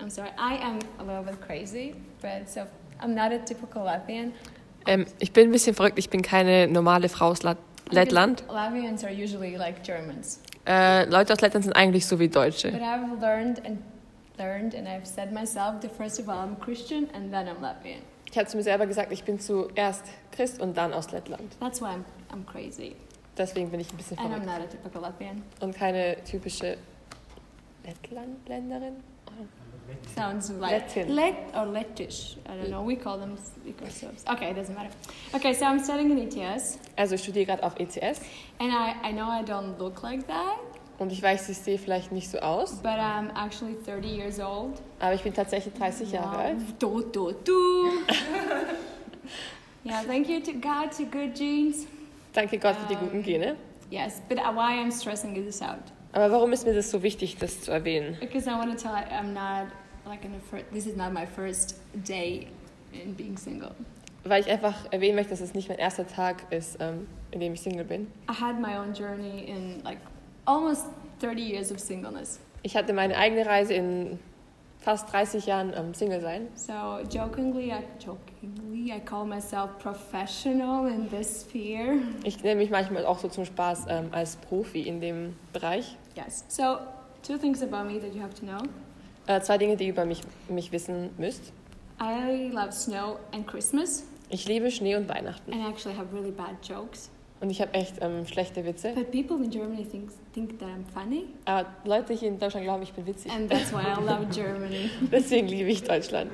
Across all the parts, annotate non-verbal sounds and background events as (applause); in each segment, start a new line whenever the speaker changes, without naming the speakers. I'm sorry. I am a little bit crazy, but so I'm not a typical Latvian.
Ähm, ich bin ein bisschen verrückt. Ich bin keine normale Frau aus Lat Lettland.
Because Latvians are usually like Germans.
Äh, Leute aus Lettland sind eigentlich so wie Deutsche.
But I've learned and learned, and I've said myself that first of all I'm Christian and then I'm Latvian.
Ich habe zu mir selber gesagt, ich bin zuerst Christ und dann aus Lettland.
That's why I'm, I'm crazy.
Deswegen bin ich ein bisschen
And I'm
verrückt.
not a typical Latvian.
Und keine typische Lettlandländerin?
Sounds like
Latin.
Let or Lettish. I don't know. We call them because of- Okay, it doesn't matter. Okay, so I'm studying in ETS,
Also ich studiere gerade auf ECS
and I, I know I don't look like that,
und ich weiß, ich sehe vielleicht nicht so aus,
but I'm actually 30 years old.
aber ich bin tatsächlich 30 Jahre
Wow.
alt.
Do, do, do. (laughs) yeah, thank you to God to good genes.
Danke Gott für die
Ähm.
guten Gene.
Yes, but uh, why I'm stressing this out?
Aber warum ist mir das so wichtig, das zu erwähnen?
Because I want to tell I- I'm not like in the first. This is not my first day in being single.
Weil ich einfach erwähnen möchte, dass es nicht mein erster Tag ist, ähm, in dem ich Single bin.
I had my own journey in like almost 30 years of singleness.
Ich hatte meine eigene Reise in fast 30 Jahren ähm, Single sein.
So jokingly, I jokingly I call myself professional in this sphere.
Ich nenne mich manchmal auch so zum Spaß ähm, als Profi in dem Bereich.
Yes. So two things about me that you have to know.
Äh, zwei Dinge, die ihr über mich, mich wissen müsst.
I love snow and Christmas,
Ich liebe Schnee und Weihnachten.
and I actually have really bad jokes.
Und ich habe echt ähm, schlechte Witze.
But people in Germany think think that I'm funny,
Aber Leute hier in Deutschland glauben, ich bin witzig.
and that's why I love Germany.
Deswegen liebe ich Deutschland.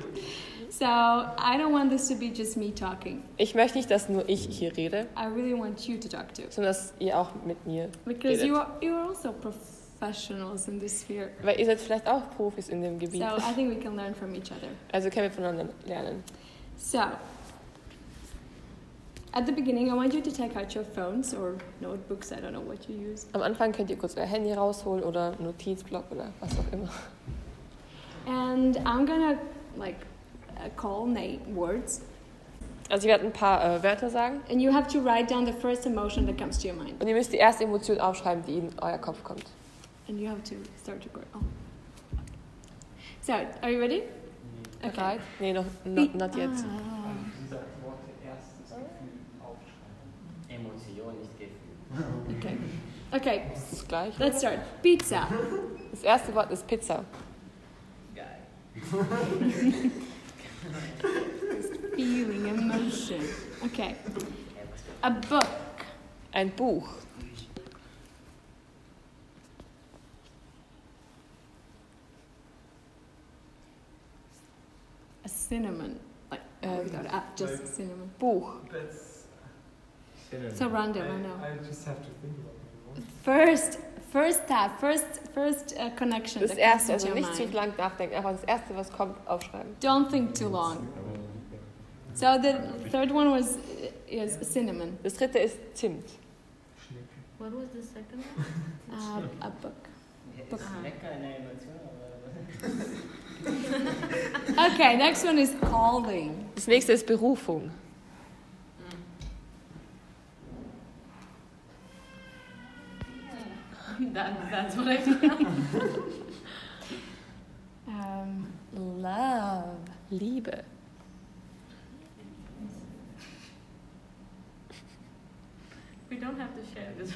So I don't want this to be just me talking.
Ich möchte nicht, dass nur ich hier rede,
I really want you to talk to
sondern dass ihr auch mit mir
because
redet.
you are you are also professionals in this sphere.
Weil ihr seid vielleicht auch Profis in dem Gebiet.
So äh. I think we can learn from each other.
Also können wir voneinander lernen.
So at the beginning, I want you to take out your phones or notebooks. I don't know what you use,
Am Anfang könnt ihr kurz euer Handy rausholen oder einen Notizblock oder was auch immer.
and I'm gonna like uh, call Nate words,
Also ich werde ein paar äh, Wörter sagen
and you have to write down the first emotion that comes to your mind,
und ihr müsst die erste Emotion aufschreiben, die in euer Kopf kommt.
and you have to start to go. Oh. So are you ready? Okay.
Bereit? Nee, noch not, not jetzt.
Ah.
Diese Worte erst das Gefühl aufschreiben.
Emotion, nicht Gefühl.
Okay. Okay,
Ist gleich.
let's start. Pizza.
Das erste Wort ist Pizza.
Geil.
Feeling, emotion. Okay. A book.
Ein Buch.
A cinnamon. Like, oh, without uh, just cinnamon.
Buch.
That's,
So random, I know.
I, I just have to think about it.
First, first tab, first, first uh, connection.
Das
that
erste,
comes into
also
your
nicht zu
mind.
lang nachdenken, einfach das erste, was kommt, aufschreiben.
Don't think too long. So the third one was uh, is cinnamon.
Das dritte ist Zimt.
What was the second one?
Uh, a book.
Ist lecker eine Emotion, aber
Okay, next one is calling.
Das nächste ist Berufung.
(laughs) That, that's what I feel.
(laughs) Um, love.
Liebe.
We don't have to share this.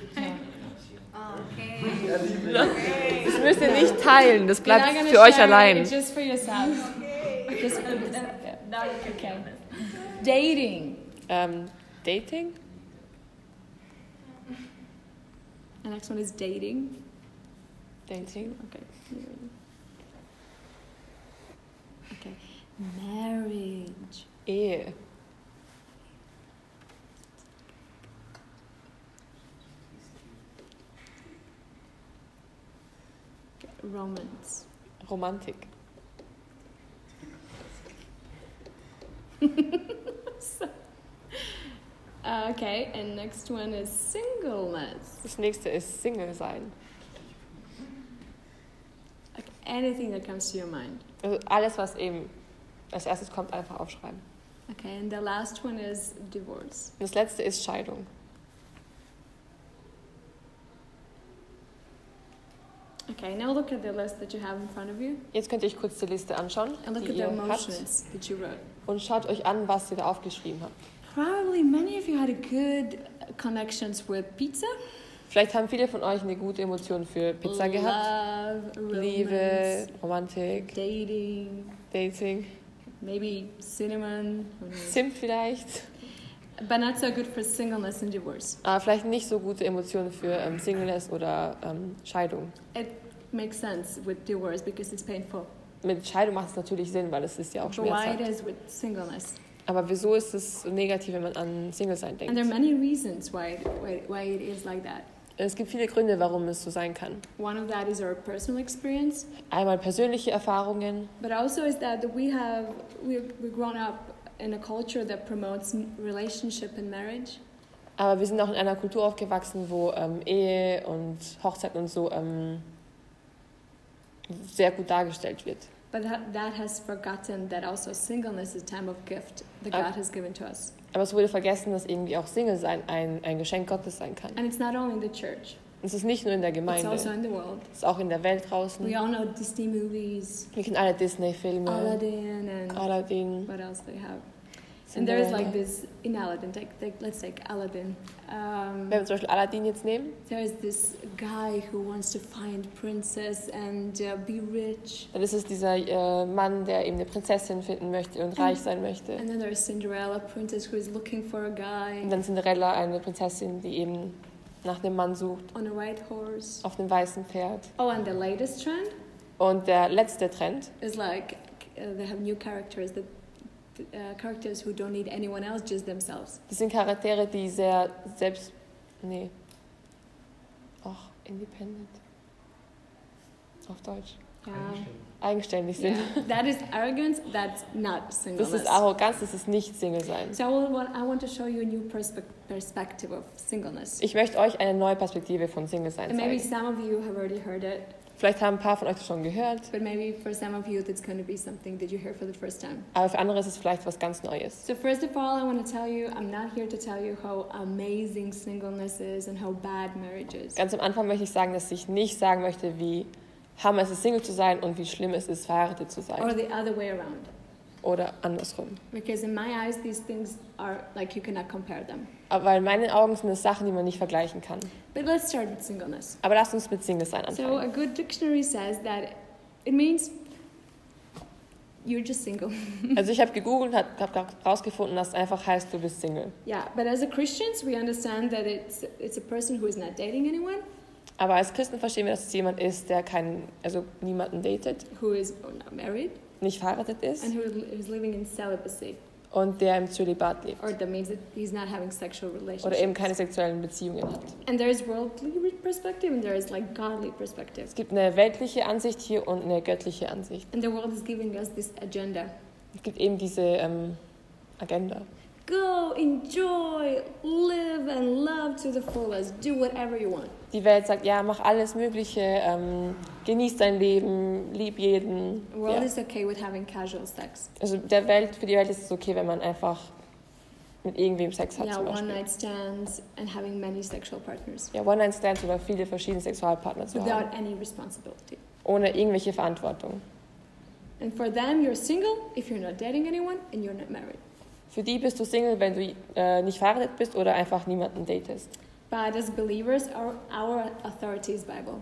Ja, liebe
Das müsst ihr nicht teilen, das
You're
bleibt
not gonna
für euch
share it,
allein.
it's Just for yourselves. (laughs) Just for yourself. yeah.
(laughs) Now you can
Okay.
count it.
Dating.
Ähm, Dating?
The next one is dating.
Dating.
Okay. Okay. Marriage.
Ehe.
Okay. Romance.
Romantik.
Uh, okay, and next one is singleness.
Das nächste ist Single sein.
Like anything that comes to your mind.
Also alles, was eben als erstes kommt, einfach aufschreiben.
Okay, and the last one is divorce.
Und das letzte ist Scheidung.
Okay, Okay, now look at the list that you have in front of you
Jetzt könnt ihr euch kurz die Liste anschauen,
and look
die
at the
ihr habt.
emotions that you wrote.
Und schaut euch an, was ihr da aufgeschrieben habt.
Probably many of you had a good connections with pizza,
Vielleicht haben viele von euch eine gute Emotion für Pizza gehabt.
love,
Liebe,
romance,
Romantik,
dating,
Dating,
maybe cinnamon, who knows?
Sim vielleicht.
but not so good for singleness and divorce.
Aber vielleicht nicht so gute Emotionen für ähm, Singleness oder ähm, Scheidung.
Makes sense with divorce because it's painful.
Mit Scheidung macht es natürlich Sinn, weil es ist ja auch
But why it
schmerzhaft.
is with singleness?
Aber wieso ist es so negativ, wenn man an Single sein
And there are
denkt?
many reasons why it, why, why it is like that.
Es gibt viele Gründe, warum es so sein kann.
One of that is our personal experience,
Einmal persönliche Erfahrungen,
but also is that we have we've, we've grown up in a culture that promotes m- relationship and marriage,
aber wir sind auch in einer Kultur aufgewachsen, wo ähm, Ehe und Hochzeit und so ähm, sehr gut dargestellt wird.
but that, that has forgotten that also singleness is a time of gift that
Ab-
God has given to us,
Aber es wurde vergessen, dass irgendwie auch Single sein ein, ein Geschenk Gottes sein kann.
and it's not only in the church;
Es ist nicht nur in der
it's
Gemeinde,
also
es
in the world.
ist auch in der Welt draußen.
We all know Disney movies,
Wir kennen alle Disney-Filme,
Aladdin, and
Aladdin.
what else they have. And there is like
Cinderella.
this in Aladdin. Take, take, let's take Aladdin. Um,
Wenn wir zum Beispiel Aladdin jetzt nehmen,
There is this guy who wants to find princess and uh, be rich.
dann ist es dieser äh, Mann, der eben eine Prinzessin finden möchte und reich sein möchte.
And then there's Cinderella, princess who is looking for a
Und
guy
dann Cinderella, eine Prinzessin, die eben nach einem Mann sucht,
on a white horse.
auf einem weißen Pferd.
Oh, and the latest trend
Und der letzte Trend,
is like uh, they have new characters that uh, characters who don't need anyone else, just themselves.
das sind Charaktere, die sehr selbst... Nee. Ach, independent. Auf Deutsch.
Um, Yeah.
Eigenständig sind.
Yeah. (laughs) that is arrogance. That's not
Das
singleness.
ist Arroganz, das ist nicht Single sein.
So I, will, want- I want to show you a new perspe- perspective of singleness.
Ich möchte euch eine neue Perspektive von Single sein
And maybe
zeigen.
some of you have already heard it,
Vielleicht haben ein paar von euch das schon gehört.
But maybe for some of you, that's going to be something that you hear for the first time.
Aber für andere ist es vielleicht was ganz Neues.
So, first of all, I want to tell you I'm not here to tell you how amazing singleness is and how bad marriage is.
Ganz am Anfang möchte ich sagen, dass ich nicht sagen möchte, wie hammer es ist, Single zu sein und wie schlimm es ist, verheiratet zu
Or
sein.
the other way around.
Oder andersrum.
Because in my eyes, these things are like you cannot compare them.
Aber weil in meinen Augen sind es Sachen, die man nicht vergleichen kann.
But let's start with singleness.
Aber lasst uns mit Single sein
So,
anfangen.
a good dictionary says that it means you're just single. (laughs)
Also ich habe gegoogelt und habe hab rausgefunden, dass es einfach heißt, du bist Single.
Yeah, but as a Christians, we understand that it's, it's a person who is not dating anyone,
Aber als Christen verstehen wir, dass es jemand ist, der keinen, also niemanden datet,
who is oh, not married,
nicht
and
verheiratet ist
who is living in celibacy.
und der im Zölibat lebt.
or that means that he's not having sexual
Oder eben keine
relationships.
sexuellen Beziehungen hat.
And there is worldly perspective and there is like godly perspective.
Es gibt eine weltliche Ansicht hier und eine göttliche Ansicht.
And the world is giving us this agenda.
Es gibt eben diese ähm, Agenda.
Go, enjoy, live and love to the fullest. Do whatever you want.
Die Welt sagt, ja, mach alles Mögliche, ähm, genieß dein Leben, lieb jeden.
The world
Ja.
is okay with having casual sex.
Also der Welt, für die Welt ist es okay, wenn man einfach mit irgendwem Sex hat
yeah,
zum
one
Beispiel.
night stands and having many sexual partners
Ja, One-Night-Stands oder viele verschiedene Sexualpartner zu haben.
without any responsibility.
Ohne irgendwelche Verantwortung.
And for them, you're single if you're not dating anyone and you're not married.
Für die bist du Single, wenn du äh, nicht verheiratet bist oder einfach niemanden datest.
But as believers, our, our authority is Bible.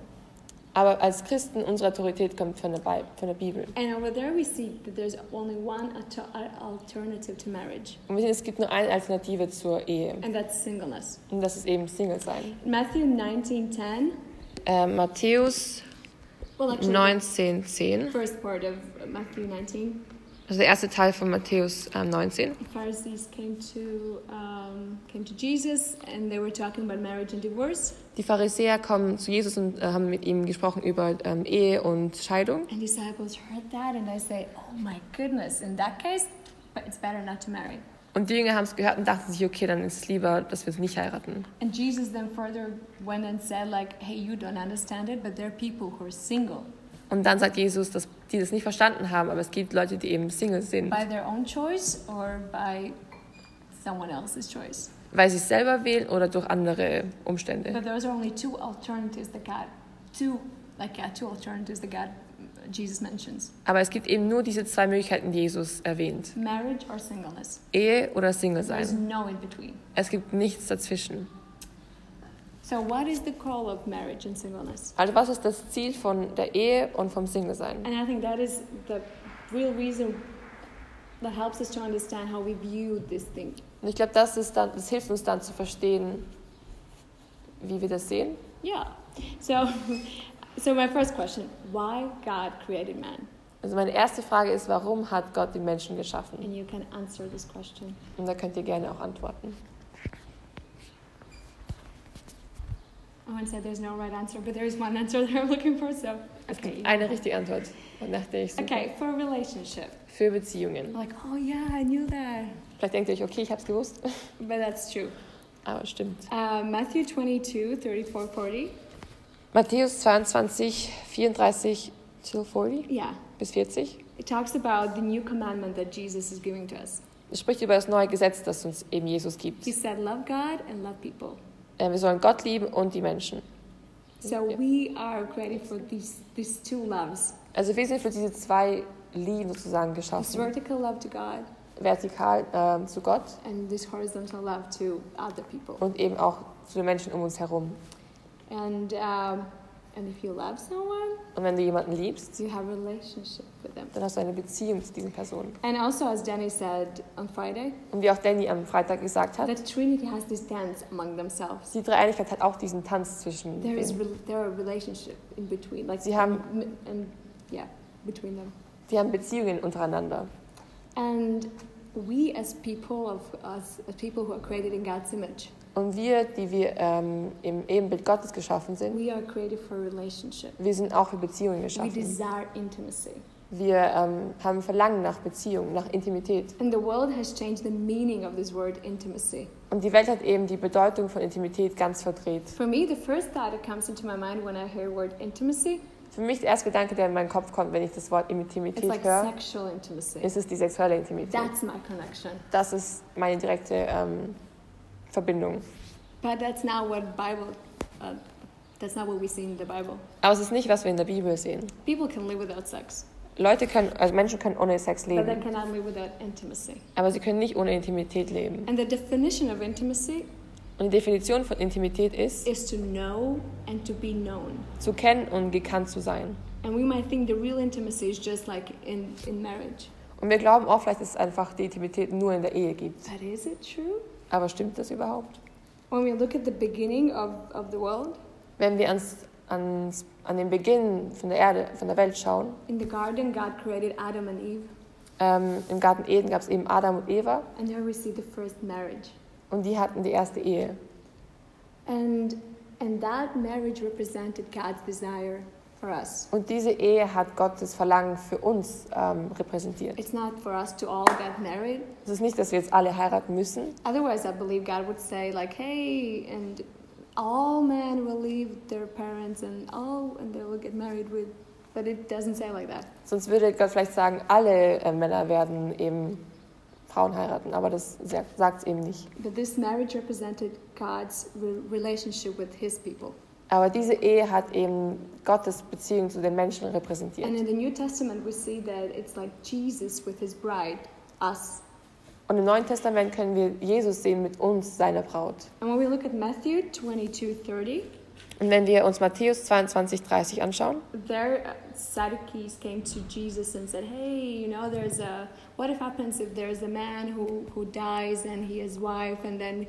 Aber als Christen, unsere Autorität kommt von der, Bi von der Bibel.
And over there, we see that there's only one alter- alternative to marriage,
Und wir sehen, es gibt nur eine Alternative zur Ehe.
and that's singleness.
Und das ist eben Single sein.
Matthew 19:10.
Äh, Matthäus
Well, actually,
19,10.
the first part of Matthew 19.
Also der erste Teil von Matthäus ähm, 19.
The Pharisees came to um, came to Jesus, and they were talking about marriage and divorce.
Die Pharisäer kommen zu Jesus und äh, haben mit ihm gesprochen über ähm, Ehe und Scheidung.
And disciples heard that, and they say, "Oh my goodness! In that case, but it's better not to marry."
Und die Jünger haben es gehört und dachten sich, okay, dann ist es lieber, dass wir es nicht heiraten.
And Jesus then further went and said, "Like, hey, you don't understand it, but there are people who are single
Und dann sagt Jesus, dass die das nicht verstanden haben, aber es gibt Leute, die eben Single sind,
by their own choice or by someone else's choice.
weil sie es selber wählen oder durch andere Umstände.
But those are only two alternatives that God, two like yeah, two alternatives that God, Jesus mentions:
Aber es gibt eben nur diese zwei Möglichkeiten, die Jesus erwähnt.
marriage or singleness.
Ehe oder Single
There's
sein.
no in between.
Es gibt nichts dazwischen.
So, what is the call of marriage and singleness?
Also was ist das Ziel von der Ehe und vom Single sein?
And I think that is the real reason that helps us to understand how we view this thing.
Und ich glaube, das, ist dann, das hilft uns dann zu verstehen, wie wir das sehen.
Yeah. So, (laughs) so my first question: Why God created man?
Also meine erste Frage ist, warum hat Gott die Menschen geschaffen?
And you can answer this question.
Und da könnt ihr gerne auch antworten.
I want to say there's no right answer, but there is one answer (laughs) that I'm looking for. So,
Es
okay.
gibt eine richtige Antwort. Und dachte ich, super.
Okay, for relationship.
Für Beziehungen.
Like, oh yeah, I knew that.
Vielleicht denkt ihr euch, okay, ich hab's gewusst.
But that's true.
Aber es stimmt.
Uh, Matthew 22, 34, 40.
Matthäus 22, 34 till 40
Yeah.
bis 40.
It talks about the new commandment that Jesus is giving to us.
Es spricht über das neue Gesetz, das uns eben Jesus gibt.
He said, love God and love people.
Äh, Wir sollen Gott lieben und die Menschen.
So
Yeah.
we are created for these, these two loves
Also wir sind für diese zwei Lieben sozusagen
this
geschaffen.
vertical love to God
Vertikal äh, zu Gott
and this horizontal love to other people.
und eben auch zu den Menschen um uns herum.
And, um, and if you love someone,
Und wenn du jemanden liebst,
you have a relationship with them.
dann hast du eine Beziehung zu diesen Personen.
And also, as Danny said on Friday,
Und wie auch Danny am Freitag gesagt hat,
that Trinity has this dance among themselves.
die Dreieinigkeit hat auch diesen Tanz zwischen
There is
den-
re- there are relationship in between, like
Sie haben-
m- and yeah, between them.
Die haben Beziehungen untereinander.
And we as people of us as people who are created in God's image,
Und wir, die wir ähm, im Ebenbild Gottes geschaffen sind,
we are created for relationship.
wir sind auch für Beziehungen
We
geschaffen.
desire intimacy,
Wir ähm, haben Verlangen nach Beziehung, nach Intimität.
and the world has changed the meaning of this word intimacy.
Und die Welt hat eben die Bedeutung von Intimität ganz verdreht.
For me, the first thought that comes into my mind when I hear word intimacy,
Für mich der erste Gedanke, der in meinen Kopf kommt, wenn ich das Wort
it's
Intimität
like
höre,
sexual intimacy.
ist es die sexuelle Intimität.
That's my connection.
Das ist meine direkte ähm, Verbindung.
But that's not what Bible. Uh, that's not what we see in the Bible.
Aber es ist nicht, was wir in der Bibel sehen.
People can live without sex.
Leute können, also Menschen können ohne Sex
But they
leben,
cannot live without intimacy.
aber sie können nicht ohne Intimität leben.
And the definition of intimacy
Und die Definition von Intimität ist,
is to know and to be known.
zu kennen und gekannt zu sein.
And we might think the real intimacy is just like in, in marriage.
Und wir glauben auch, vielleicht dass es einfach die Intimität nur in der Ehe gibt.
But is it true?
Aber stimmt das überhaupt?
When we look at the beginning of, of the world,
Wenn wir ans, ans, an den Beginn von der Erde, von der Welt schauen,
in the garden, God created Adam and Eve,
ähm, im Garten Eden gab es eben Adam und Eva
and there we see the first marriage.
und die hatten die erste Ehe.
And, and that marriage represented God's desire for us.
Und diese Ehe hat Gottes Verlangen für uns ähm, repräsentiert.
It's not for us to all get married.
Es ist nicht, dass wir jetzt alle heiraten müssen.
Otherwise, I believe God would say, like, hey, and all men will leave their parents and all, and they will get married with. But it doesn't say like that.
Sonst würde Gott vielleicht sagen, alle äh, Männer werden eben Frauen heiraten. Aber das sagt es eben nicht.
But this marriage represented God's re- relationship with His people.
Aber diese Ehe hat eben Gottes Beziehung zu den Menschen repräsentiert.
And in the New Testament, we see that it's like Jesus with His bride, us.
Und im Neuen Testament können wir Jesus sehen mit uns, seiner Braut.
And when we look at Matthew 22 30,
Und wenn wir uns Matthäus 22, 30 anschauen,
their uh, Sadducees came to Jesus and said, "Hey, you know, there's a what if happens if there's a man who who dies and he has wife and then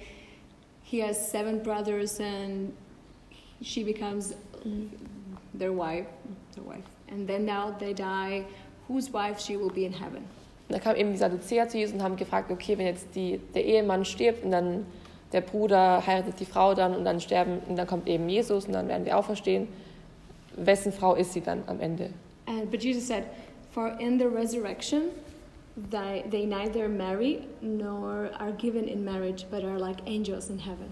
he has seven brothers and she becomes their wife, their wife, and then now they die. Whose wife she will be in heaven?"
da kamen eben die Sadduzäer zu Jesus und haben gefragt, okay, wenn jetzt die, der Ehemann stirbt und dann der Bruder heiratet die Frau dann und dann sterben und dann kommt eben Jesus und dann werden wir auferstehen, wessen Frau ist sie dann am Ende?
And but Jesus said, "For in the resurrection." They, they neither marry nor are given in marriage, but are like angels in heaven.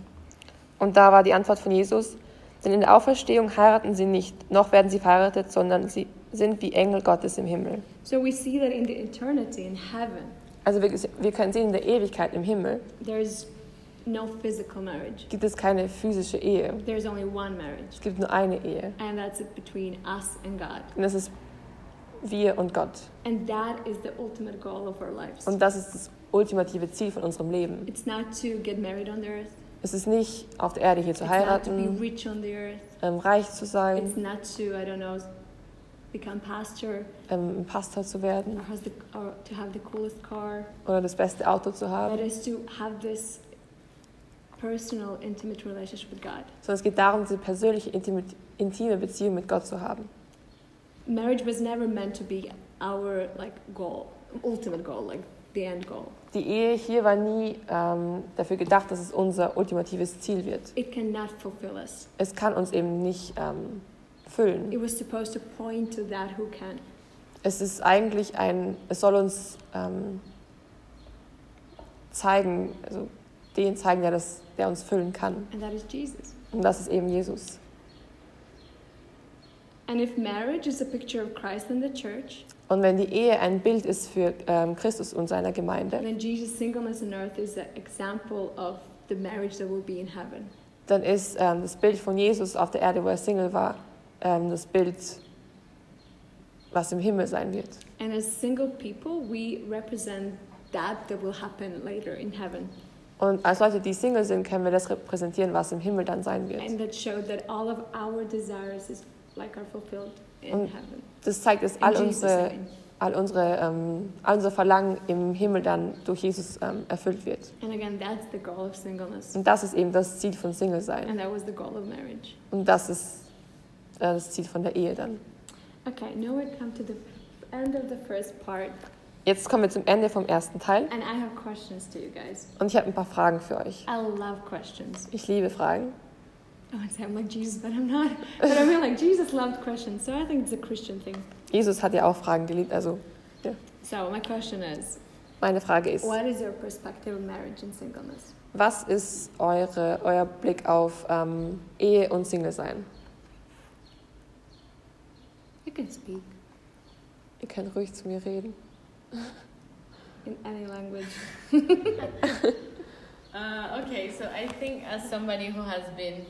Und da war die Antwort von Jesus, denn in der Auferstehung heiraten sie nicht, noch werden sie verheiratet, sondern sie sind wie Engel Gottes im Himmel.
So we see that in the eternity, in heaven,
Also wir, wir können sehen, in der Ewigkeit im Himmel
there's no physical marriage.
gibt es keine physische Ehe.
There's only one marriage,
Es gibt nur eine Ehe.
and that's between us and God.
Und das ist wir und Gott.
And that is the ultimate goal of our lives.
Und das ist das ultimative Ziel von unserem Leben.
It's not to get married on the earth.
Es ist nicht, auf der Erde hier
It's
zu
not to be
heiraten,
rich on the earth.
ähm, reich zu
It's
sein,
not to, I don't know, become pastor
ähm, Pastor zu
or,
werden
has the, or to have the coolest car.
oder das beste Auto zu
But
haben,
it's to have this personal, intimate relationship with God.
sondern es geht darum, diese persönliche, intime- intime Beziehung mit Gott zu haben.
Marriage was never meant to be our like goal, ultimate goal, like the end goal.
Die Ehe hier war nie ähm, dafür gedacht, dass es unser ultimatives Ziel wird.
It cannot fulfill us.
Es kann uns eben nicht ähm,
It
füllen.
was supposed to point to that who can.
Es ist eigentlich ein, es soll uns ähm, zeigen, also den zeigen, der, das, der uns füllen kann.
And that is Jesus.
Und das ist eben Jesus.
And if marriage is a picture of Christ and the church,
Und wenn die Ehe ein Bild ist für ähm, Christus und seiner Gemeinde,
then Jesus' singleness on earth is an example of the marriage that will be in heaven.
dann ist ähm, das Bild von Jesus auf der Erde, wo er Single war, ähm, das Bild, was im Himmel sein wird.
And as single people, we represent that that will happen later in heaven.
Und als Leute, die Single sind, können wir das repräsentieren, was im Himmel dann sein
And
wird.
that showed that all of our desires is like are fulfilled in
Und
heaven.
Das zeigt, dass
In
all
Jesus, I
unsere,
mean.
all, unsere, ähm, all unser Verlangen im Himmel dann durch Jesus ähm, erfüllt wird.
And again, that's the goal of singleness.
Und das ist eben das Ziel von Single sein.
And that was the goal of marriage.
Und das ist äh, das Ziel von der Ehe dann.
Okay, now we come to the end of the first part.
Jetzt kommen wir zum Ende vom ersten Teil
And I have questions to you guys.
und ich habe ein paar Fragen für euch.
I love questions.
Ich liebe Fragen.
I would say I'm like Jesus, but I'm not. But I mean, like, Jesus loved questions, so I think it's a Christian thing.
Jesus hat ja auch Fragen geliebt. Also
So, my question is
meine Frage ist,
what is your perspective on marriage and singleness?
was ist eure, euer Blick auf ähm, Ehe und Single sein?
You can speak
Ihr könnt ruhig zu mir reden.
in any (laughs) language.
Uh, okay, so I think as somebody who has been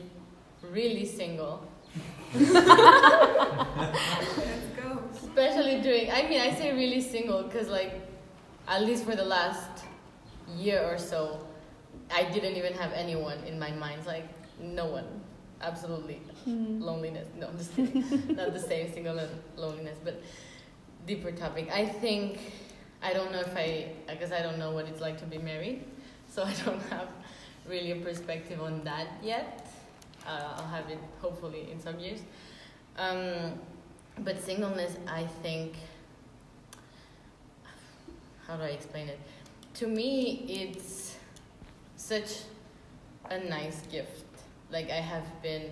really single, especially during, I mean, I say really single because, like, at least for the last year or so, I didn't even have anyone in my mind. Like, no one. Absolutely.
Hmm.
Loneliness. No, I'm just kidding. Not the same single and loneliness, but deeper topic. I think, I don't know if I, I guess I don't know what it's like to be married, so I don't have really a perspective on that yet. Uh, I'll have it hopefully in some years. Um, but singleness, I think, how do I explain it? To me, it's such a nice gift. Like, I have been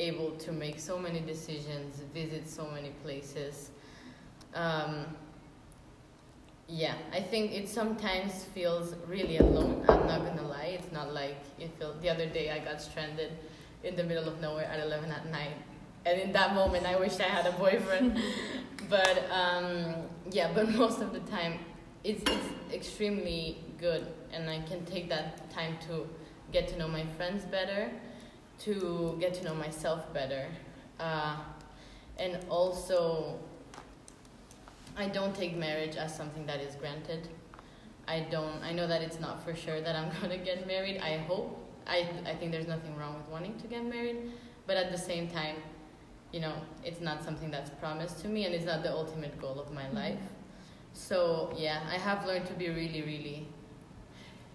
able to make so many decisions, visit so many places. Um, yeah, I think it sometimes feels really alone. I'm not gonna lie. It's not like it felt. The other day I got stranded in the middle of nowhere at 11 at night, and in that moment I wished I had a boyfriend. but um, yeah, but (laughs) most of the time it's, it's extremely good, and I can take that time to get to know my friends better, to get to know myself better, uh, and also I don't take marriage as something that is granted. I don't. I know that it's not for sure that I'm (laughs) gonna get married. I hope. I I think there's nothing wrong with wanting to get married, but at the same time, you know, it's not something that's promised to me, and it's not the ultimate goal of my life. So yeah, I have learned to be really, really,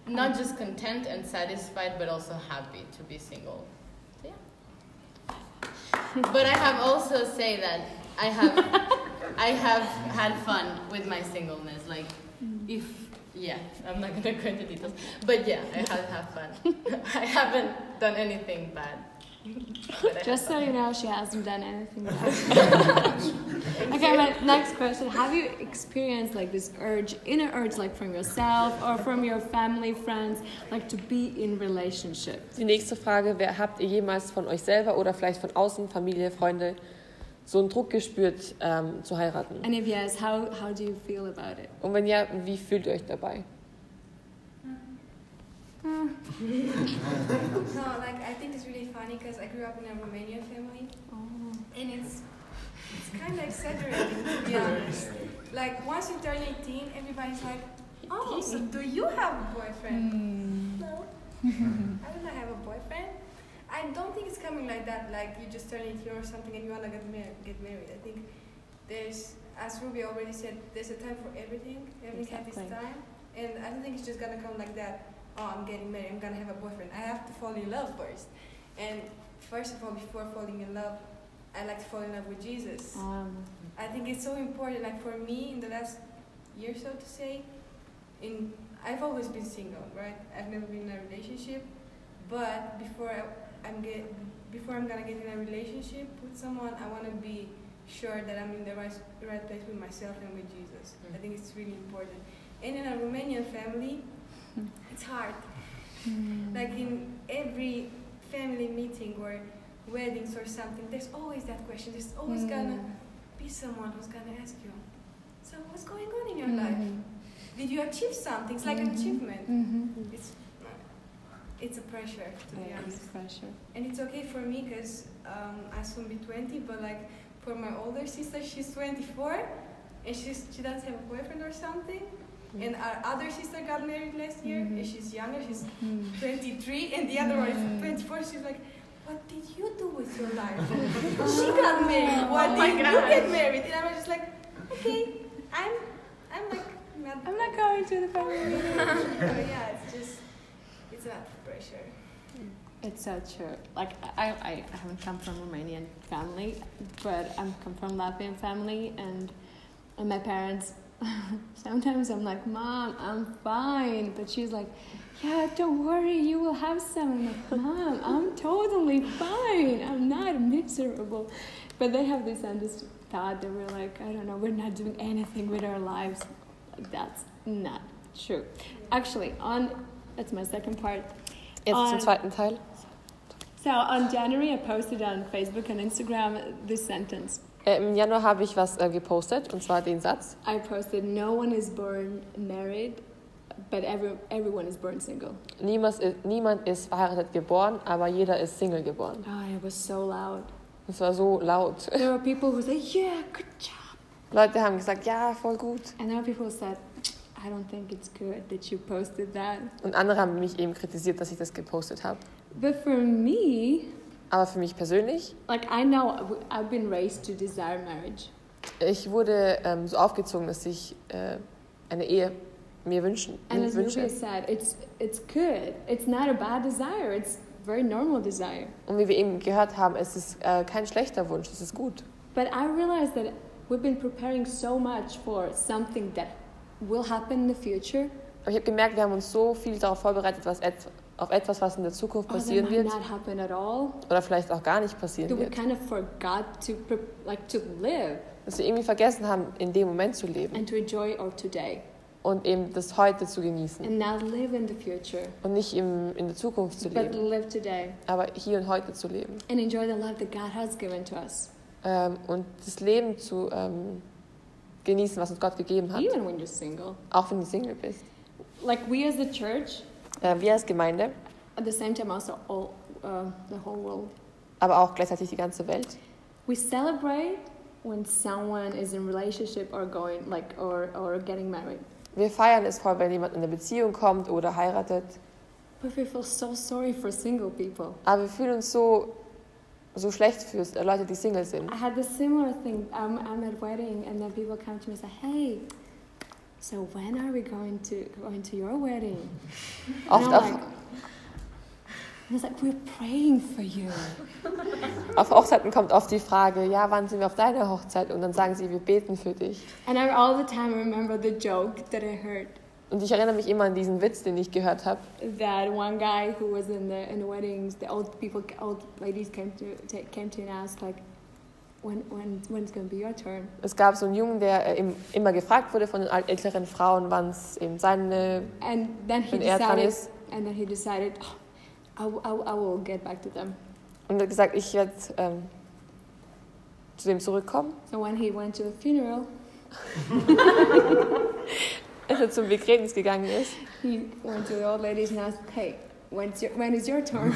not just content and satisfied, but also happy to be single. So, yeah. but I have also say that I
(laughs)
have I have had fun with my singleness. Like, if yeah, I'm not gonna go into details, but yeah, I have had fun.
(laughs)
I haven't done anything bad. but I had
Just so
fun.
you know, she hasn't done anything bad. okay, my next question. Have you experienced like this urge, inner urge, like from yourself or from your family, friends, like to be in relationship?
Die nächste Frage, wer habt ihr jemals von euch selber oder vielleicht von außen, Familie, Freunde, so einen Druck gespürt, ähm, zu heiraten?
And if yes, how, how do you feel about it?
Und wenn ja, wie fühlt ihr euch dabei?
No, like I think it's really funny because I grew up in a Romanian family, and it's it's kind of exaggerating to be honest. Like once you turn 18, everybody's like, "Oh, so do you have a boyfriend?" No, I don't have a boyfriend. I don't think it's coming like that. Like you just turn 18 or something and you wanna get married. Get married. I think there's, as Ruby already said, there's a time for everything. Everything has its
Exactly.
time, and I don't think it's just gonna come like that. Oh, I'm getting married. I'm gonna have a boyfriend. I have to fall in love first. And first of all, before falling in love, I like to fall in love with Jesus.
Um,
I think it's so important. Like for me, in the last year, so to say, in I've always been single, right? I've never been in a relationship, but before I, I'm get before I'm gonna get in a relationship with someone, I wanna be sure that I'm in the right right place with myself and with Jesus. I think it's really important. And in a Romanian family, it's hard.
Mm.
Like in every family meeting or weddings or something, there's always that question. There's
Mm.
always gonna be someone who's gonna ask you, so what's going on in your
Mm-hmm.
life? Did you achieve something? It's like an achievement. It's it's a pressure to be
Mm-hmm. yeah,
honest,
it's pressure.
and it's okay for me because um, I soon be twenty. But like for my older sister, she's twenty four, and she's she doesn't have a boyfriend or something. And our other sister got married last year, and she's younger. She's
Mm.
twenty three, and the other one is twenty four. She's like. What did you do with your
(laughs)
life? she got married. Why
Oh my
did you
gosh.
get married? And I was just like, okay, I'm, I'm like, not
I'm not going to the
(laughs)
family.
but yeah, it's just it's about pressure.
It's so true. Like I, I, I haven't come from Romanian family, but I'm come from Latvian family, and and my parents. (laughs) sometimes I'm like, Mom, I'm fine, but she's like, Yeah, don't worry, you will have some. I'm like, Mom, I'm totally fine. I'm not miserable. But they have this underst- thought that we're like, I don't know, we're not doing anything with our lives. Like, that's not true. Actually, on that's my second part.
Jetzt
On-
zum zweiten Teil.
so on January, I posted on Facebook and Instagram this sentence.
Äh, Im Januar habe ich was äh, gepostet und zwar den Satz.
I posted, "No one is born married, but every, everyone is born single."
Niemals, i- niemand ist verheiratet geboren, aber jeder ist Single geboren.
Oh, it was so loud.
Es war so laut.
(laughs) There were people who said, "Yeah, good job,"
Leute haben gesagt, ja, voll gut.
and there were people who said, "I don't think it's good that you posted that."
Und andere haben mich eben kritisiert, dass ich das gepostet habe.
But for me,
Aber für mich persönlich,
like I know I've been raised to desire marriage,
ich wurde ähm, so aufgezogen, dass ich äh, eine Ehe mir wünschen,
and as
wünsche.
Nubia said, it's it's good. It's not a bad desire. It's very normal desire.
Und wie wir eben gehört haben, es ist äh, kein schlechter Wunsch, es ist gut.
But I realized that we've been preparing so much for something that will happen in the future,
Aber ich habe gemerkt, wir haben uns so viel darauf vorbereitet, was et auf etwas, was in der Zukunft
or that
passieren
might
wird
not happen at all.
oder vielleicht auch gar nicht
That
passieren
we
wird.
kind of forgot to pre- like to live
Dass wir irgendwie vergessen haben, in dem Moment zu leben
and to enjoy our today,
und eben das Heute zu genießen
and not live in the future,
und nicht im, in der Zukunft zu
but
leben,
live today
aber hier und heute zu leben
and enjoy the love that God has given to us,
ähm, und das Leben zu ähm, genießen, was uns Gott gegeben hat,
even when you're single.
auch wenn du Single bist.
Like we as the church,
Äh, wir als Gemeinde,
at the same time also all uh, the whole world,
aber auch gleichzeitig die ganze Welt.
we celebrate when someone is in relationship or going like or or getting married.
Wir feiern es voll, wenn jemand in eine Beziehung kommt oder heiratet,
But we feel so sorry for single people.
aber wir fühlen uns so, so schlecht für äh, Leute, die Single sind.
I had the similar thing. I'm, I'm at wedding, and then people come to me and say, "Hey, so when are we going to going to your wedding?"
Oft
and
auf,
I'm like, and it's like we're praying for you.
auf Hochzeiten kommt oft die Frage, ja, wann sind wir auf deiner Hochzeit? Und dann sagen sie, wir beten für dich.
And I all the time remember the joke that I heard
Und ich erinnere mich immer an diesen Witz, den ich gehört habe,
that one guy who was in the in the weddings, the old people, old ladies came to ta- came to and asked like, "When when when's gonna be your turn?"
Es gab so einen Jungen, der äh, im- immer gefragt wurde von den alt- älteren Frauen, wann es eben seine.
And then he
When Erdmann
decided,
is-
and then he decided, "Oh, I, w- I w- I will get back to them.
Und er hat gesagt, ich werde ähm, zu dem zurückkommen. (laughs)
So when he went to the funeral,
als er zum Begräbnis gegangen ist.
He went to the old ladies and asked, "Hey, when's your, when is your turn?"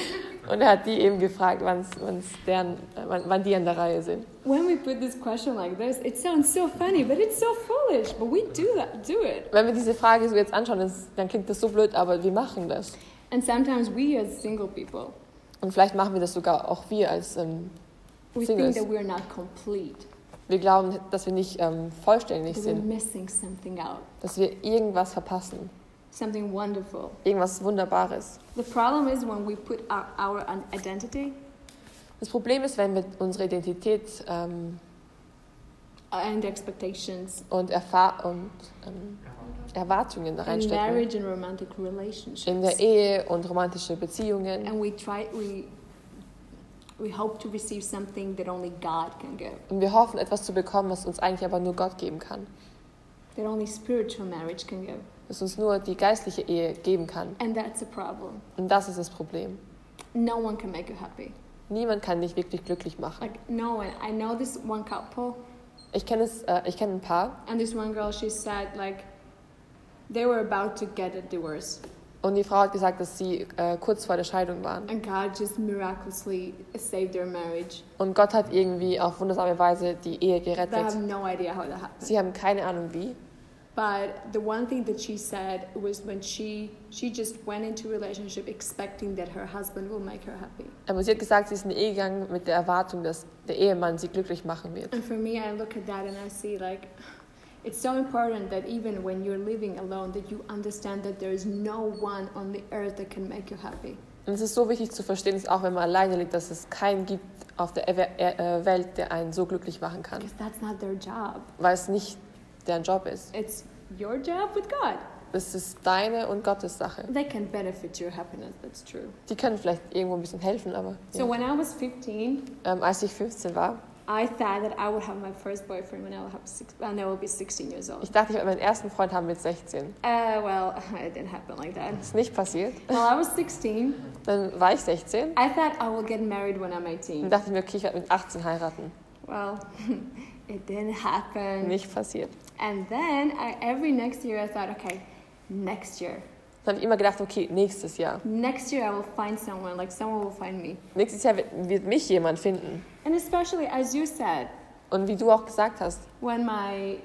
(laughs)
Und er hat die eben gefragt, wann's, wann's deren, äh, wann, wann die an der Reihe sind.
When we put this question like this, it sounds so funny, but it's so foolish. But we do that, do it.
Wenn wir diese Frage so jetzt anschauen, das, dann klingt das so blöd, aber wir machen das.
And sometimes we, as single people,
Und vielleicht machen wir das sogar auch wir als, ähm,
we
Singles.
think that we're not complete,
wir glauben, dass wir nicht ähm, vollständig
that we're
sind,
missing something out,
dass wir irgendwas verpassen,
something wonderful.
irgendwas Wunderbares.
The problem is when we put our, our un- identity
Das Problem ist, wenn wir unsere Identität ähm,
and expectations
und, Erfahr und ähm, Erwartungen da
in
reinstecken.
marriage and romantic relationships,
In der Ehe und romantische Beziehungen.
and we try we we hope to receive something that only God can give,
Und wir hoffen, etwas zu bekommen, was uns eigentlich aber nur Gott geben kann.
that only spiritual marriage can give,
Was uns nur die geistliche Ehe geben kann.
and that's a problem.
Und das ist das Problem.
No one can make you happy.
Niemand kann dich wirklich glücklich machen.
Like no one. I know this one couple
Ich kenne es, äh, ich kenne ein paar
And this one girl, she said, like, they were about to get a divorce.
und die Frau hat gesagt, dass sie äh, kurz vor der Scheidung waren.
And God just miraculously saved their marriage.
Und Gott hat irgendwie auf wundersame Weise die Ehe
They have
gerettet.
no idea how that happened.
Sie haben keine Ahnung wie.
But the one thing that she said was when she she just went into a relationship expecting that her husband will make her happy.
Aber sie hat gesagt, sie ist in die Ehe gegangen mit der Erwartung, dass der Ehemann sie glücklich machen wird.
And for me, I look at that and I see like it's so important that even when you're living alone that you understand that there is no one on the earth that can make you happy.
Und es ist so wichtig zu verstehen, dass auch wenn man alleine lebt, dass es keinen gibt auf der Ewe- äh, Welt, der einen so glücklich machen kann.
Because that's not their job.
Weil es nicht deren Job ist.
It's your job with God.
Es ist deine und Gottes Sache.
They can benefit your happiness, that's true.
Die können vielleicht irgendwo ein bisschen helfen, aber
So
ja.
when I was 15,
ähm, als ich 15 war,
I thought that I would have my first boyfriend when I will have six, when I will be 16 years old.
ich dachte, ich werde meinen ersten Freund haben mit 16.
Uh, well, (laughs) it didn't happen like that.
Ist nicht passiert.
When I was 16,
Dann war ich 16
I thought I will get married when I'm
und
18.
dachte mir, okay, ich werde mit 18 heiraten.
Well, (laughs) it didn't happen.
Nicht passiert.
And then I, every next year I thought, okay, next year,
Dann habe ich immer gedacht, okay, nächstes Jahr.
next year I will find someone, like someone will find me.
Nächstes Jahr wird, wird mich jemand finden.
And especially as you said,
Und wie du auch gesagt hast,
when my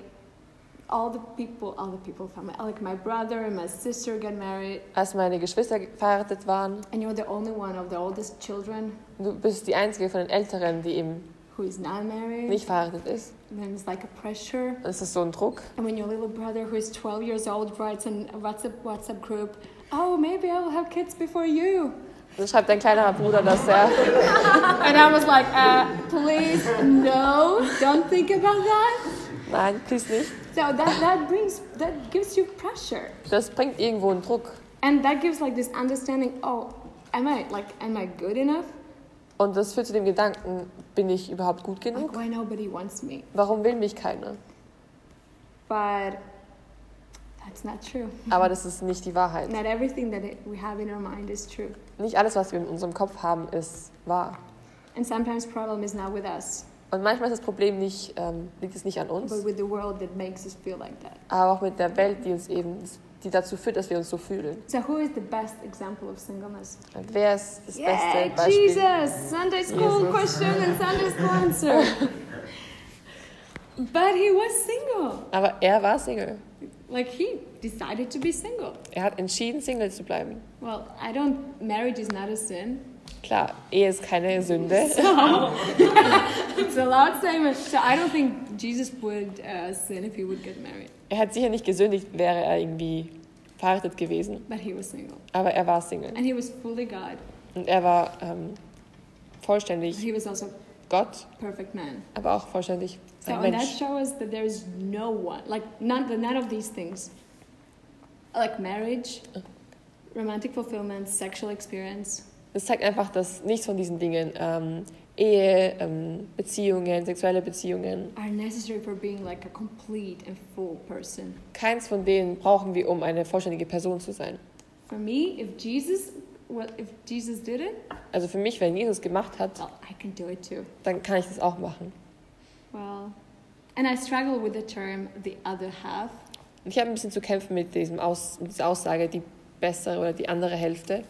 all the people all the people from my like my brother and my sister get married
als meine Geschwister verheiratet waren,
and you're the only one of the oldest children
Du bist die einzige von den Älteren, die eben
who is not married
nicht verheiratet ist.
then it's like a pressure
Dann ist das so ein Druck.
and when your little brother who is 12 years old writes in a whatsapp whatsapp group oh maybe i will have kids before you
Dann schreibt dein kleinerer Bruder, dass er.
and i was like uh, please no don't think about that
Nein, please nicht.
so that that brings that gives you pressure
Das bringt irgendwo einen Druck.
and that gives like this understanding oh am i like am i good enough
Und das führt zu dem Gedanken, bin ich überhaupt gut
like
genug?
why nobody wants me
Warum will mich keiner?
but that's not true.
Aber das ist nicht die Wahrheit.
Not everything that it- we have in our mind is true.
Nicht alles, was wir in unserem Kopf haben, ist wahr.
And sometimes problem is not with us,
Und manchmal ist das Problem nicht, ähm, liegt es nicht an
but
uns,
with the world that makes us feel like that.
aber auch mit der Welt, die uns eben, die dazu führt, dass wir uns so fühlen.
So who is the best example of singleness?
Und wer ist das
Yay,
beste Beispiel?
Jesus! Sunday school
Jesus.
question and Sunday school answer. but he was single.
Aber er war Single.
Like he decided to be single.
Er hat entschieden, Single zu bleiben.
Well, I don't marriage is not a sin. (laughs)
Klar, Ehe ist keine Sünde.
It's a loud statement. So I don't think Jesus would uh, sin if he would get married.
Er hat sicher nicht gesündigt, wäre er irgendwie verheiratet gewesen.
But he was single.
Aber er war Single.
And he was fully God.
Und er war ähm, vollständig
He was also
Gott,
a perfect man.
aber auch vollständig
So
ein
and that
Mensch.
shows us that there is no one like none none of these things, like marriage, romantic fulfillment, sexual experience,
Das zeigt einfach, dass nichts von diesen Dingen, ähm, Ehe, ähm, Beziehungen, sexuelle Beziehungen,
are necessary for being like a complete and full person.
keins von denen brauchen wir, um eine vollständige Person zu sein.
For me, if Jesus, well, if Jesus did it,
Also für mich, wenn Jesus gemacht hat,
well, I can do it too.
dann kann ich das auch machen.
Well, and I struggle with the term the other half.
Und ich habe ein bisschen zu kämpfen mit, diesem Aus, mit dieser Aussage, die bessere oder die andere Hälfte.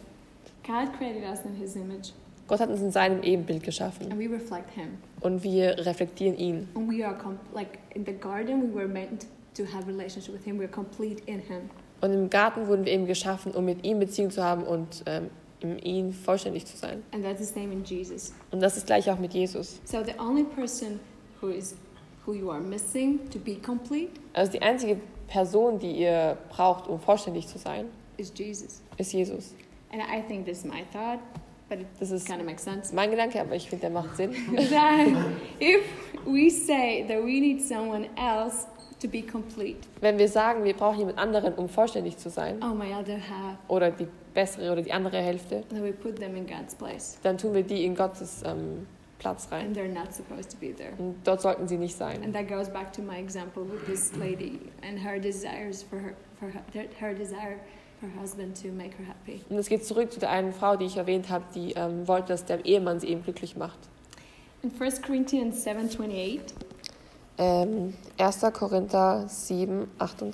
God created us in His image,
Gott hat uns in seinem Ebenbild geschaffen
and we reflect Him.
und wir reflektieren ihn.
And we are com- like in the garden, we were meant to have relationship with Him. We're complete in Him.
Und im Garten wurden wir eben geschaffen, um mit ihm Beziehung zu haben und ähm, in ihm vollständig zu sein.
And that's the same in Jesus.
Und das ist gleich auch mit Jesus.
So the only person who is who you are missing to be complete
Also die einzige Person, die ihr braucht, um vollständig zu sein,
is Jesus.
ist Jesus.
And I think this is my thought, but it
Das ist
kind of makes sense. (laughs)
mein Gedanke, aber ich finde, der macht Sinn.
that if we say that we need someone else to be complete,
Wenn wir sagen, wir brauchen jemand anderen, um vollständig zu sein,
oh my other half,
oder die bessere oder die andere Hälfte,
then we put them in God's place,
dann tun wir die in Gottes ähm, Platz rein.
and they're not supposed to be there.
Und dort sollten sie nicht sein.
And that goes back to my example with this lady and her desires for her, for her, her desire for her husband to make her happy.
Und es geht zurück zu der einen Frau, die ich erwähnt habe, die ähm, wollte, dass der Ehemann sie eben glücklich macht.
In 1 Corinthians 7:28,
Ähm, 1. Korinther 7,
it is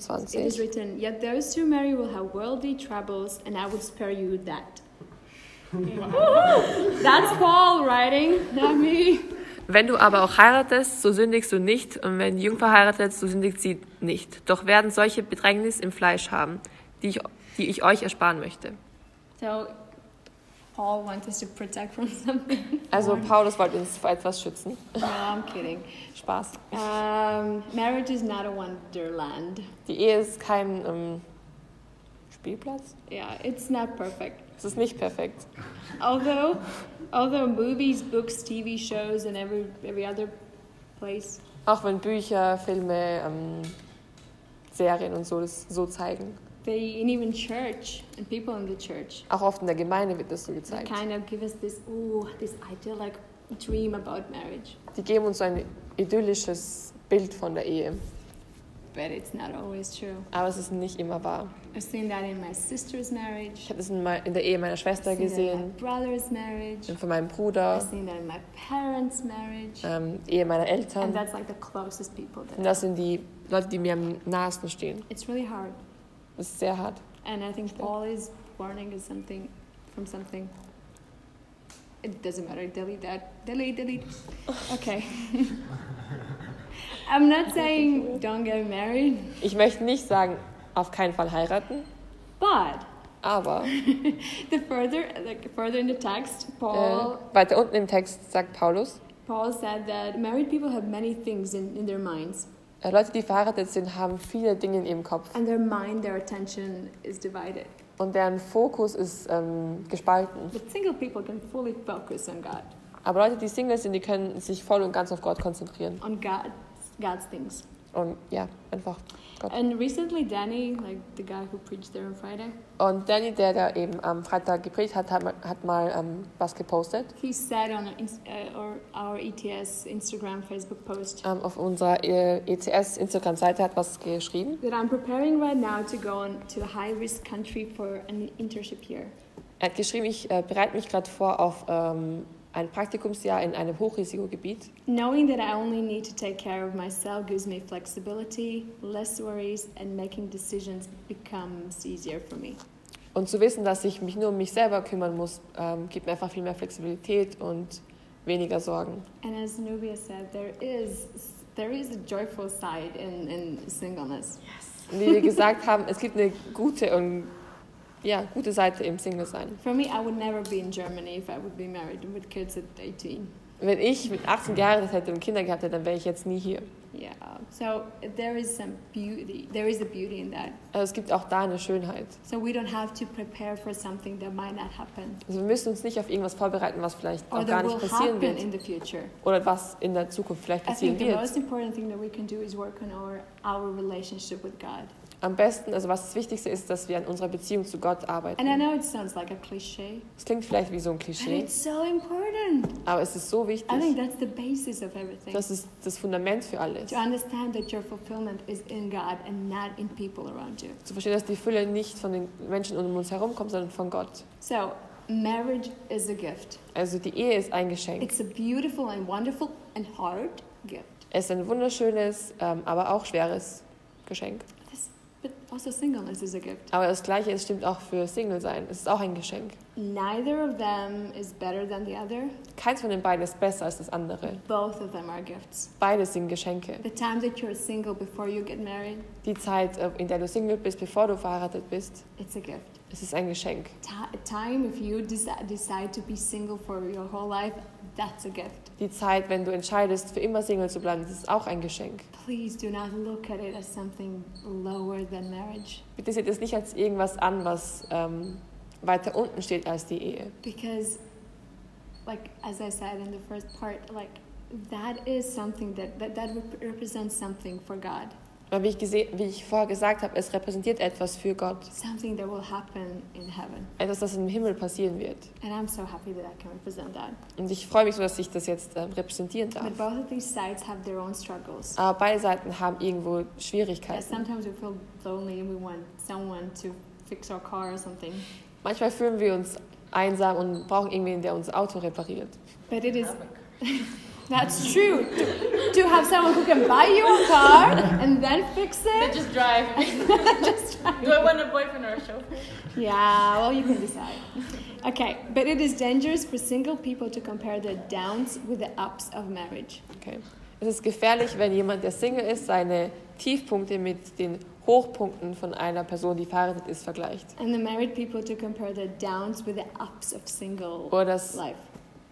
28.
written, "Yet those who marry will have worldly troubles, and I would spare you that." That's Paul writing, not me.
Wenn du aber auch heiratest, so sündigst du nicht, und wenn die Jungfer heiratet, so sündigt sie nicht. Doch werden solche Bedrängnis im Fleisch haben, die ich, die ich euch ersparen möchte.
So Paul wants us to protect from something.
Also Paulus wollte uns vor etwas schützen.
(laughs) no, I'm kidding.
Spaß.
Um, marriage is not a wonderland.
Die Ehe ist kein ähm, Spielplatz.
Yeah, it's not perfect.
Es ist nicht perfekt.
Although, although movies, books, TV shows, and every every other place
Auch wenn Bücher, Filme, ähm, Serien und so das so zeigen.
they and even church and people in the church
Auch oft in der Gemeinde wird das so
they
gezeigt.
kind of give us this ooh this ideal like dream about marriage,
Die geben uns so ein idyllisches Bild von der Ehe.
but it's not always true.
Aber es ist nicht immer wahr.
I've seen that in my sister's marriage.
Ich habe das in mei- in der Ehe meiner
I've
Schwester
seen that in my
gesehen,
brother's marriage.
von meinem
I've
Bruder,
seen that in my parents' marriage.
ähm, die Ehe meiner
And
Eltern.
that's like the closest people that
Und das sind die Leute, die mir am nahesten stehen.
it's really hard.
Das ist sehr hart.
And I think Paul is warning us something from something. It doesn't matter, delete that. Delete, delete. Okay. (laughs) I'm not saying don't get married,
Ich möchte nicht sagen, auf keinen Fall heiraten,
but
aber
the further like further in the text,
äh,
Paul
weiter unten im Text sagt Paulus,
Paul said that married people have many things in, in their minds.
äh, Leute, die verheiratet sind, haben viele Dinge in ihrem Kopf
And their mind, their attention is divided.
und deren Fokus ist ähm, gespalten.
But single people can fully focus on God,
Aber Leute, die Single sind, die können sich voll und ganz auf Gott konzentrieren.
on God, God's things.
Und ja, einfach Gott.
And recently, Danny, like the guy who preached there on Friday,
Und Danny, der da eben am Freitag gepredigt hat, hat mal, hat mal ähm, was gepostet
he said on our, ins- uh, or our ETS Instagram, Facebook post
ähm, auf unserer äh, ECS Instagram-Seite, hat was geschrieben.
that I'm preparing right now to go on to a high risk country for an internship year.
Er hat geschrieben, ich äh, bereite mich gerade vor auf ähm, ein Praktikumsjahr in einem Hochrisikogebiet.
Knowing that I only need to take care of myself gives me flexibility, less worries, and making decisions becomes easier for me.
Und zu wissen, dass ich mich nur um mich selber kümmern muss, ähm, gibt mir einfach viel mehr Flexibilität und weniger Sorgen.
And as Nubia said, there is there is a joyful side in, in singleness.
Und wie wir gesagt haben, es gibt eine gute und ja, gute Seite im Single-Sein.
For me, I would never be in Germany if I would be married with kids at 18.
Wenn ich mit 18 geheiratet hätte und Kinder gehabt hätte, dann wäre ich jetzt nie hier.
Yeah. So there is some beauty. There is a beauty in that.
Also es gibt auch da eine Schönheit.
So we don't have to prepare for something that might not happen
Also wir müssen uns nicht auf irgendwas vorbereiten, was vielleicht
or
auch gar
that
nicht
will
passieren
happen
wird
in Also the future.
oder was in der Zukunft vielleicht
I think
passieren
the
wird.
most important thing that we can do is work on our our relationship with God.
Am besten, also was das Wichtigste ist, dass wir an unserer Beziehung zu Gott
And I
arbeiten.
know it sounds like a cliche,
Es klingt vielleicht wie so ein
but
Klischee,
it's so important.
aber es ist so
I think
wichtig.
that's the basis of everything.
Das ist das Fundament für alles.
To understand that your fulfillment is in God and not in people around you.
Zu verstehen, dass die Fülle nicht von den Menschen um uns herum kommt, sondern von Gott.
So, marriage is a gift.
Also die Ehe ist ein Geschenk.
It's a beautiful and wonderful and hard gift.
Es ist ein wunderschönes, ähm, aber auch schweres Geschenk.
But also singleness is a gift.
Aber das Gleiche, es stimmt auch für Single sein. Es ist auch ein Geschenk.
Neither of them is better than the other.
Keins von den beiden ist besser als das andere.
Both of them are gifts.
Beides sind Geschenke.
The time that you're single before you get married,
Die Zeit, äh, in der du Single bist, bevor du verheiratet bist,
it's a gift.
es ist ein Geschenk.
Ti- time, if you deci- decide to be single for your whole life, that's a gift.
Die Zeit, wenn du entscheidest, für immer Single zu bleiben, das ist auch ein Geschenk.
Please do not look at it as something lower than marriage
Bitte seht es nicht als irgendwas an, was ähm, weiter unten steht als die Ehe.
because, like, as I said in the first part, like, that is something that, that, that rep- represents something for God,
Weil wie ich, gese- wie ich vorher gesagt habe, es repräsentiert etwas für Gott.
something that will happen in heaven.
Etwas, das im Himmel passieren wird.
And I'm so happy that I can represent that.
Und ich freue mich so, dass ich das jetzt ähm, repräsentieren
But
darf.
both of these sides have their own struggles.
Aber beide Seiten haben irgendwo
Yeah,
Schwierigkeiten.
sometimes we feel lonely and we want someone to fix our car or something.
Manchmal fühlen wir uns einsam und brauchen irgendwen, der unser Auto repariert.
But it is. That's true. To, to have someone who can buy your car and then fix
They
it. (laughs)
just drive. Do I want a boyfriend or a chauffeur?
Yeah, well, you can decide. Okay, but it is dangerous for single people to compare the downs with the ups of marriage.
Okay. Es ist gefährlich, wenn jemand, der Single ist, seine Tiefpunkte mit den Hochpunkten von einer Person, die verheiratet ist, vergleicht.
And the married people to compare the downs with the ups of single
Oder dass
life.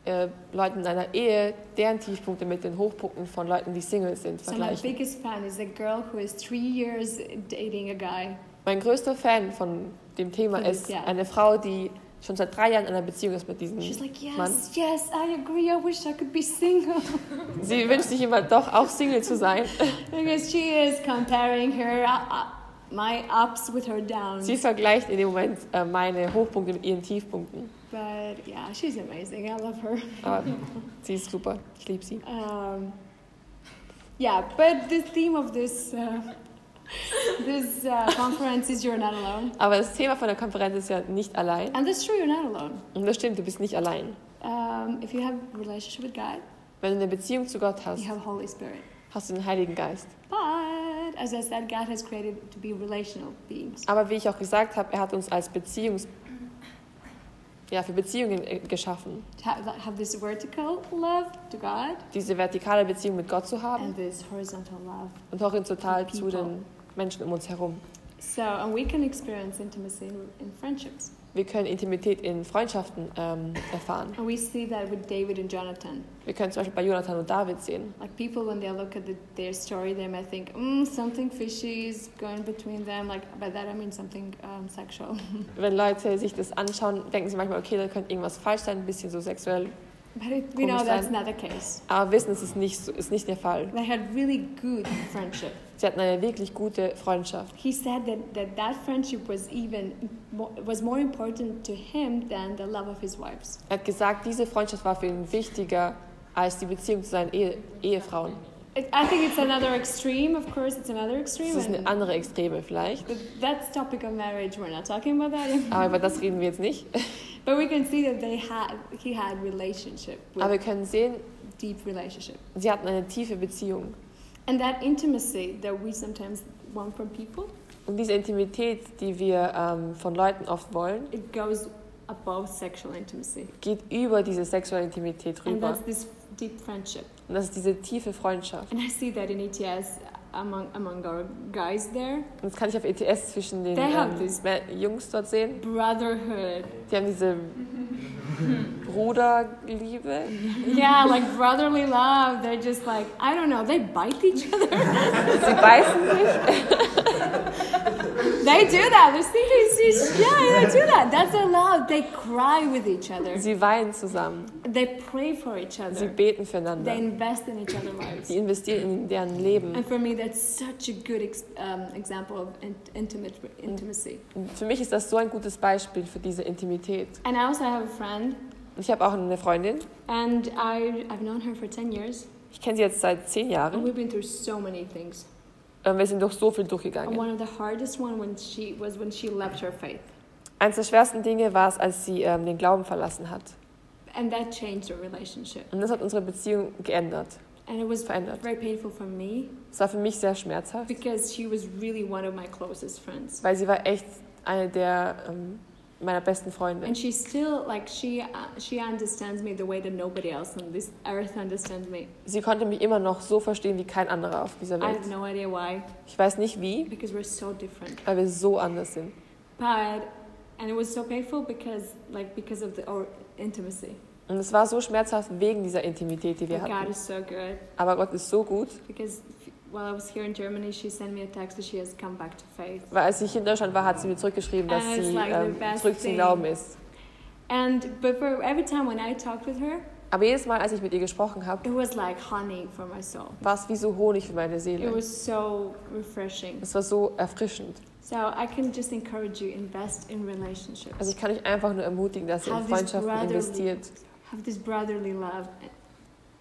äh, Leuten in einer Ehe deren Tiefpunkte mit den Hochpunkten von Leuten, die Single sind,
So, my
vergleichen.
biggest fan is a girl who is three years dating a guy
Mein größter Fan von dem Thema
Von dem-
ist
ja.
eine Frau, die schon seit drei Jahren in einer Beziehung ist mit diesem.
She's like, yes,
Man.
yes, I agree. I wish I could be single. (laughs)
Sie wünscht sich immer doch auch Single zu sein.
because she is comparing her uh, uh, my ups with her downs.
Sie vergleicht in dem Moment äh, meine Hochpunkte mit ihren Tiefpunkten.
but yeah, she's amazing. I love her.
Aber sie ist super. Ich liebe sie.
Um, yeah, but the theme of this uh, (laughs) this uh, conference is you're not alone,
Aber das Thema von der Konferenz ist ja nicht allein.
and that's true. You're not alone.
Und das stimmt, du bist nicht allein.
Um, if you have a relationship with God,
Wenn du eine Beziehung zu Gott hast,
you have Holy Spirit.
hast du den Heiligen Geist.
But as I said, God has created to be relational beings.
Aber wie ich auch gesagt habe, er hat uns als Beziehungs ja, für Beziehungen äh, geschaffen.
To have, have this vertical love to God
Diese vertikale Beziehung mit Gott zu haben
and this horizontal love.
und horizontal
People.
zu den Menschen um uns herum.
So, and we can experience intimacy in, in friendships.
Wir können Intimität in Freundschaften ähm, erfahren.
And we see that with David and Jonathan.
Wir können zum Beispiel bei Jonathan und David sehen.
Like people, when they look at the, their story, they might think, mm, something fishy is going between them. Like, by that I mean something um, sexual. (laughs)
Wenn Leute sich das anschauen, denken sie manchmal, okay, da könnte irgendwas falsch sein, ein bisschen so sexuell.
But it, we know
Komisch
that's
sein.
not the case.
Aber wissen, es ist nicht, so, ist nicht der Fall.
They had really good friendship.
Sie hatten eine wirklich gute Freundschaft.
He said that that, that friendship was even mo- was more important to him than the love of his wives.
Er hat gesagt, diese Freundschaft war für ihn wichtiger als die Beziehung zu seinen Ehe Ehefrauen.
It, I think it's another extreme. Of course, it's another
Das
extreme.
ist eine
And
andere Extreme vielleicht.
but that's topic of marriage. We're not talking about that. (laughs)
Aber über das reden wir jetzt nicht.
But we can see that they had he had relationship with
Aber wir können sehen,
deep relationship.
sie hatten eine tiefe Beziehung.
And that intimacy that we sometimes want from people,
Und diese Intimität, die wir ähm, von Leuten oft wollen,
it goes above sexual intimacy.
geht über diese sexuelle Intimität
And
rüber.
that's this deep friendship.
Und das ist diese tiefe Freundschaft.
And I see that in ETS among among our guys there.
Und das kann ich auf ETS zwischen den
They have
ähm,
this-
Mä- Jungs dort sehen.
Brotherhood.
Die haben diese Bruderliebe.
Yeah, like brotherly love. They're just like I don't know, they bite each other.
Sie beißen sich.
They do that. They're thinking, yeah, they do that. That's their love. They cry with each other.
Sie weinen zusammen.
They pray for each
Sie
other.
beten
They
füreinander.
invest in each other's lives.
Sie investieren in deren Leben.
And for me, that's such a good ex- um, example of in- intimate intimacy.
Und für mich ist das so ein gutes Beispiel für diese Intimität.
And I also have a friend,
Und ich habe auch eine Freundin.
and I, I've known her for 10 years,
Ich kenne sie jetzt seit zehn
and
Jahren.
we've been through so many things.
Ähm, Wir sind durch so viel
And
durchgegangen.
one of the hardest one when she was when she left her faith.
Eines der schwersten Dinge war es, als sie ähm, den Glauben verlassen hat.
And that changed our relationship.
Und das hat unsere Beziehung geändert,
And it was
verändert.
very painful for me
Es war für mich sehr schmerzhaft,
because she was really one of my closest friends.
weil sie war echt eine der ähm, meiner besten Freunde.
And she still like she uh, she understands me the way that nobody else on this earth understands me.
Sie konnte mich immer noch so verstehen wie kein anderer auf dieser
I
Welt.
have no idea why
Ich weiß nicht wie,
because we're so different.
weil wir so anders sind.
But and it was so painful because like because of the our intimacy.
Und es war so schmerzhaft wegen dieser Intimität, die wir
But God
hatten.
is so good
Aber Gott ist so gut,
because f- while I was here in Germany, she sent me a text that she has come back to faith.
weil als ich in Deutschland war, hat sie mir zurückgeschrieben, dass
Ah, it's
sie
like the
ähm,
best
zurück zum
thing.
Glauben ist.
And but for every time when I talked with her,
Aber jedes Mal, als ich mit ihr gesprochen habe,
it was like honey for my soul.
war es wie so Honig für meine
It
Seele.
was so refreshing.
Es war so erfrischend.
So I can just encourage you invest in relationships.
Also ich kann euch einfach nur ermutigen, dass ihr in
Have this
Freundschaften
brotherly-
investiert,
Have this brotherly love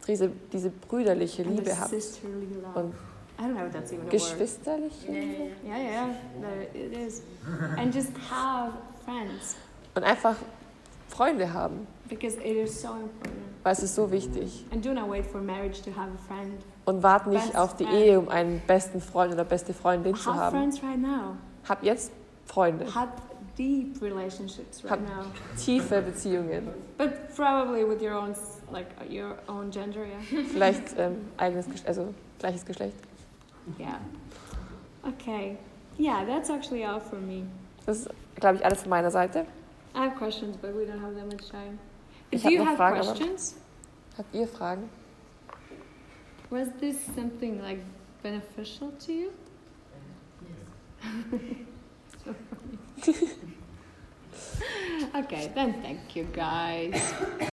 diese, diese brüderliche
and
Liebe
this
habt.
sisterly love.
Und
I don't know if that's even a word.
geschwisterliche Liebe.
Yeah, yeah, there it is. And just have friends
Und einfach Freunde haben,
because it is so important.
weil es ist so wichtig.
And do not wait for marriage to have a friend.
Und wart nicht
Best
auf die
friend.
Ehe, um einen besten Freund oder beste Freundin zu
Have
haben.
friends right now.
Habt jetzt Freunde,
Have deep relationships right
Hab-
now.
tiefe Beziehungen,
But probably with your own, s- like uh, your own gender, yeah.
vielleicht ähm, eigenes, Gesch- also gleiches Geschlecht.
yeah. Okay. Yeah, that's actually all for me.
Das ist, glaube ich, alles von meiner Seite.
I have questions, but we don't have that much time.
Ich
Do
hab
you
noch
have
Fragen, aber-
questions?
Habt ihr Fragen?
Was this something like beneficial to you? (laughs) Okay, then thank you guys.